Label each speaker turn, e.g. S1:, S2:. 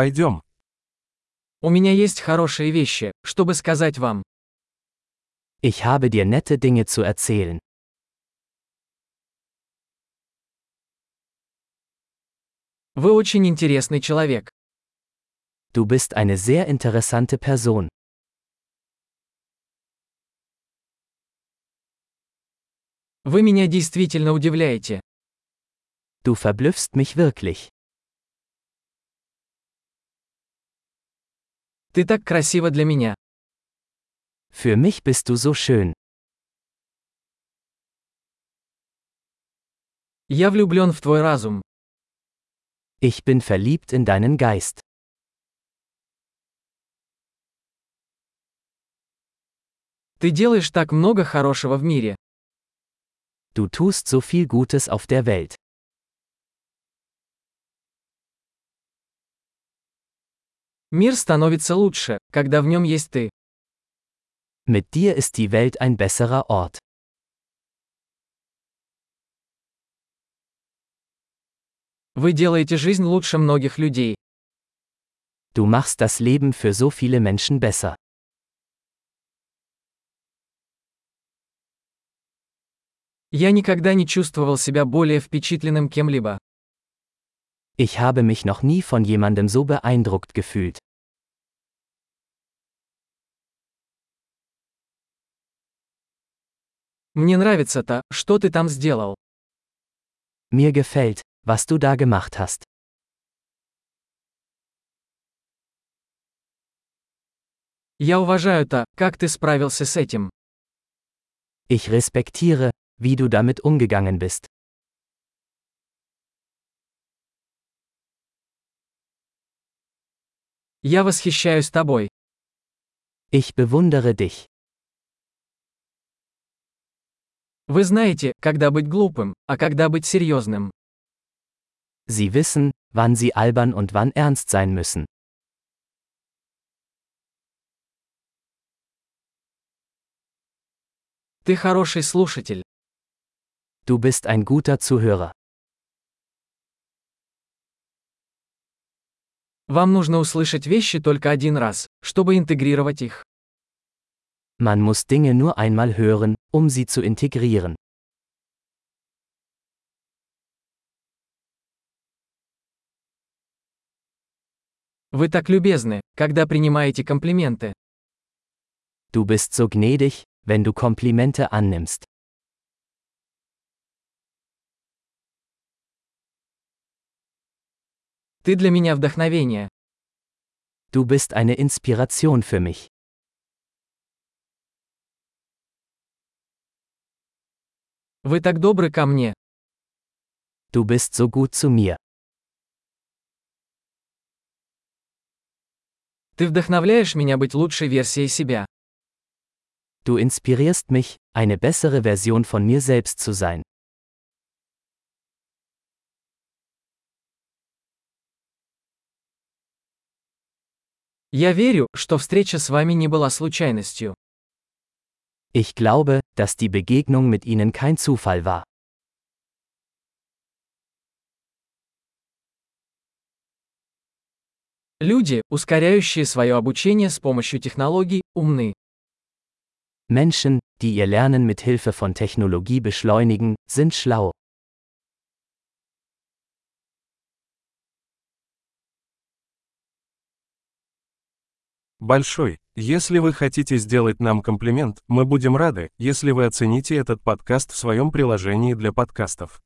S1: Пойдем.
S2: У меня есть хорошие вещи, чтобы сказать вам.
S3: Ich habe dir nette Dinge zu erzählen.
S2: Вы очень интересный человек.
S3: Du bist eine sehr interessante Person.
S2: Вы меня действительно удивляете.
S3: Du verblüffst mich wirklich.
S2: Ты так красива для меня.
S3: Für mich bist du so schön.
S2: Я влюблен в твой разум.
S3: Ich bin verliebt in deinen Geist.
S2: Ты делаешь так много хорошего в мире.
S3: Du tust so viel Gutes auf der Welt.
S2: Мир становится лучше, когда в нем есть ты.
S3: Mit dir ist die Welt ein besserer Ort.
S2: Вы делаете жизнь лучше многих людей.
S3: Du machst das Leben für so viele Menschen besser.
S2: Я никогда не чувствовал себя более впечатленным кем-либо.
S3: Ich habe mich noch nie von jemandem so beeindruckt gefühlt.
S2: Мне нравится то, что ты там сделал.
S3: Mir gefällt, was du da gemacht hast.
S2: Я уважаю то, как ты справился с этим.
S3: Ich respektiere, wie du damit umgegangen bist.
S2: Я восхищаюсь тобой.
S3: Ich bewundere dich.
S2: Вы знаете, когда быть глупым, а когда быть серьезным.
S3: Sie wissen, wann sie albern und wann ernst sein müssen.
S2: Ты хороший слушатель.
S3: Du bist ein guter Zuhörer.
S2: Вам нужно услышать вещи только один раз, чтобы интегрировать их.
S3: Man muss Dinge nur einmal hören, um sie zu integrieren.
S2: Вы так любезны, когда принимаете комплименты.
S3: Du bist so gnädig, wenn du Komplimente annimmst.
S2: Ты для меня вдохновение.
S3: Du bist eine Inspiration für mich.
S2: Вы так добры ко мне.
S3: Du bist so gut zu mir.
S2: Ты вдохновляешь меня быть лучшей версией себя.
S3: Du inspirierst mich, eine bessere Version von mir selbst zu sein.
S2: Я верю, что встреча с вами не была случайностью.
S3: Ich glaube, dass die Begegnung mit ihnen kein Zufall war.
S2: Люди, ускоряющие свое обучение с помощью технологий, умны.
S3: Menschen, die ihr Lernen mit Hilfe von Technologie beschleunigen, sind schlau.
S1: Большой. Если вы хотите сделать нам комплимент, мы будем рады, если вы оцените этот подкаст в своем приложении для подкастов.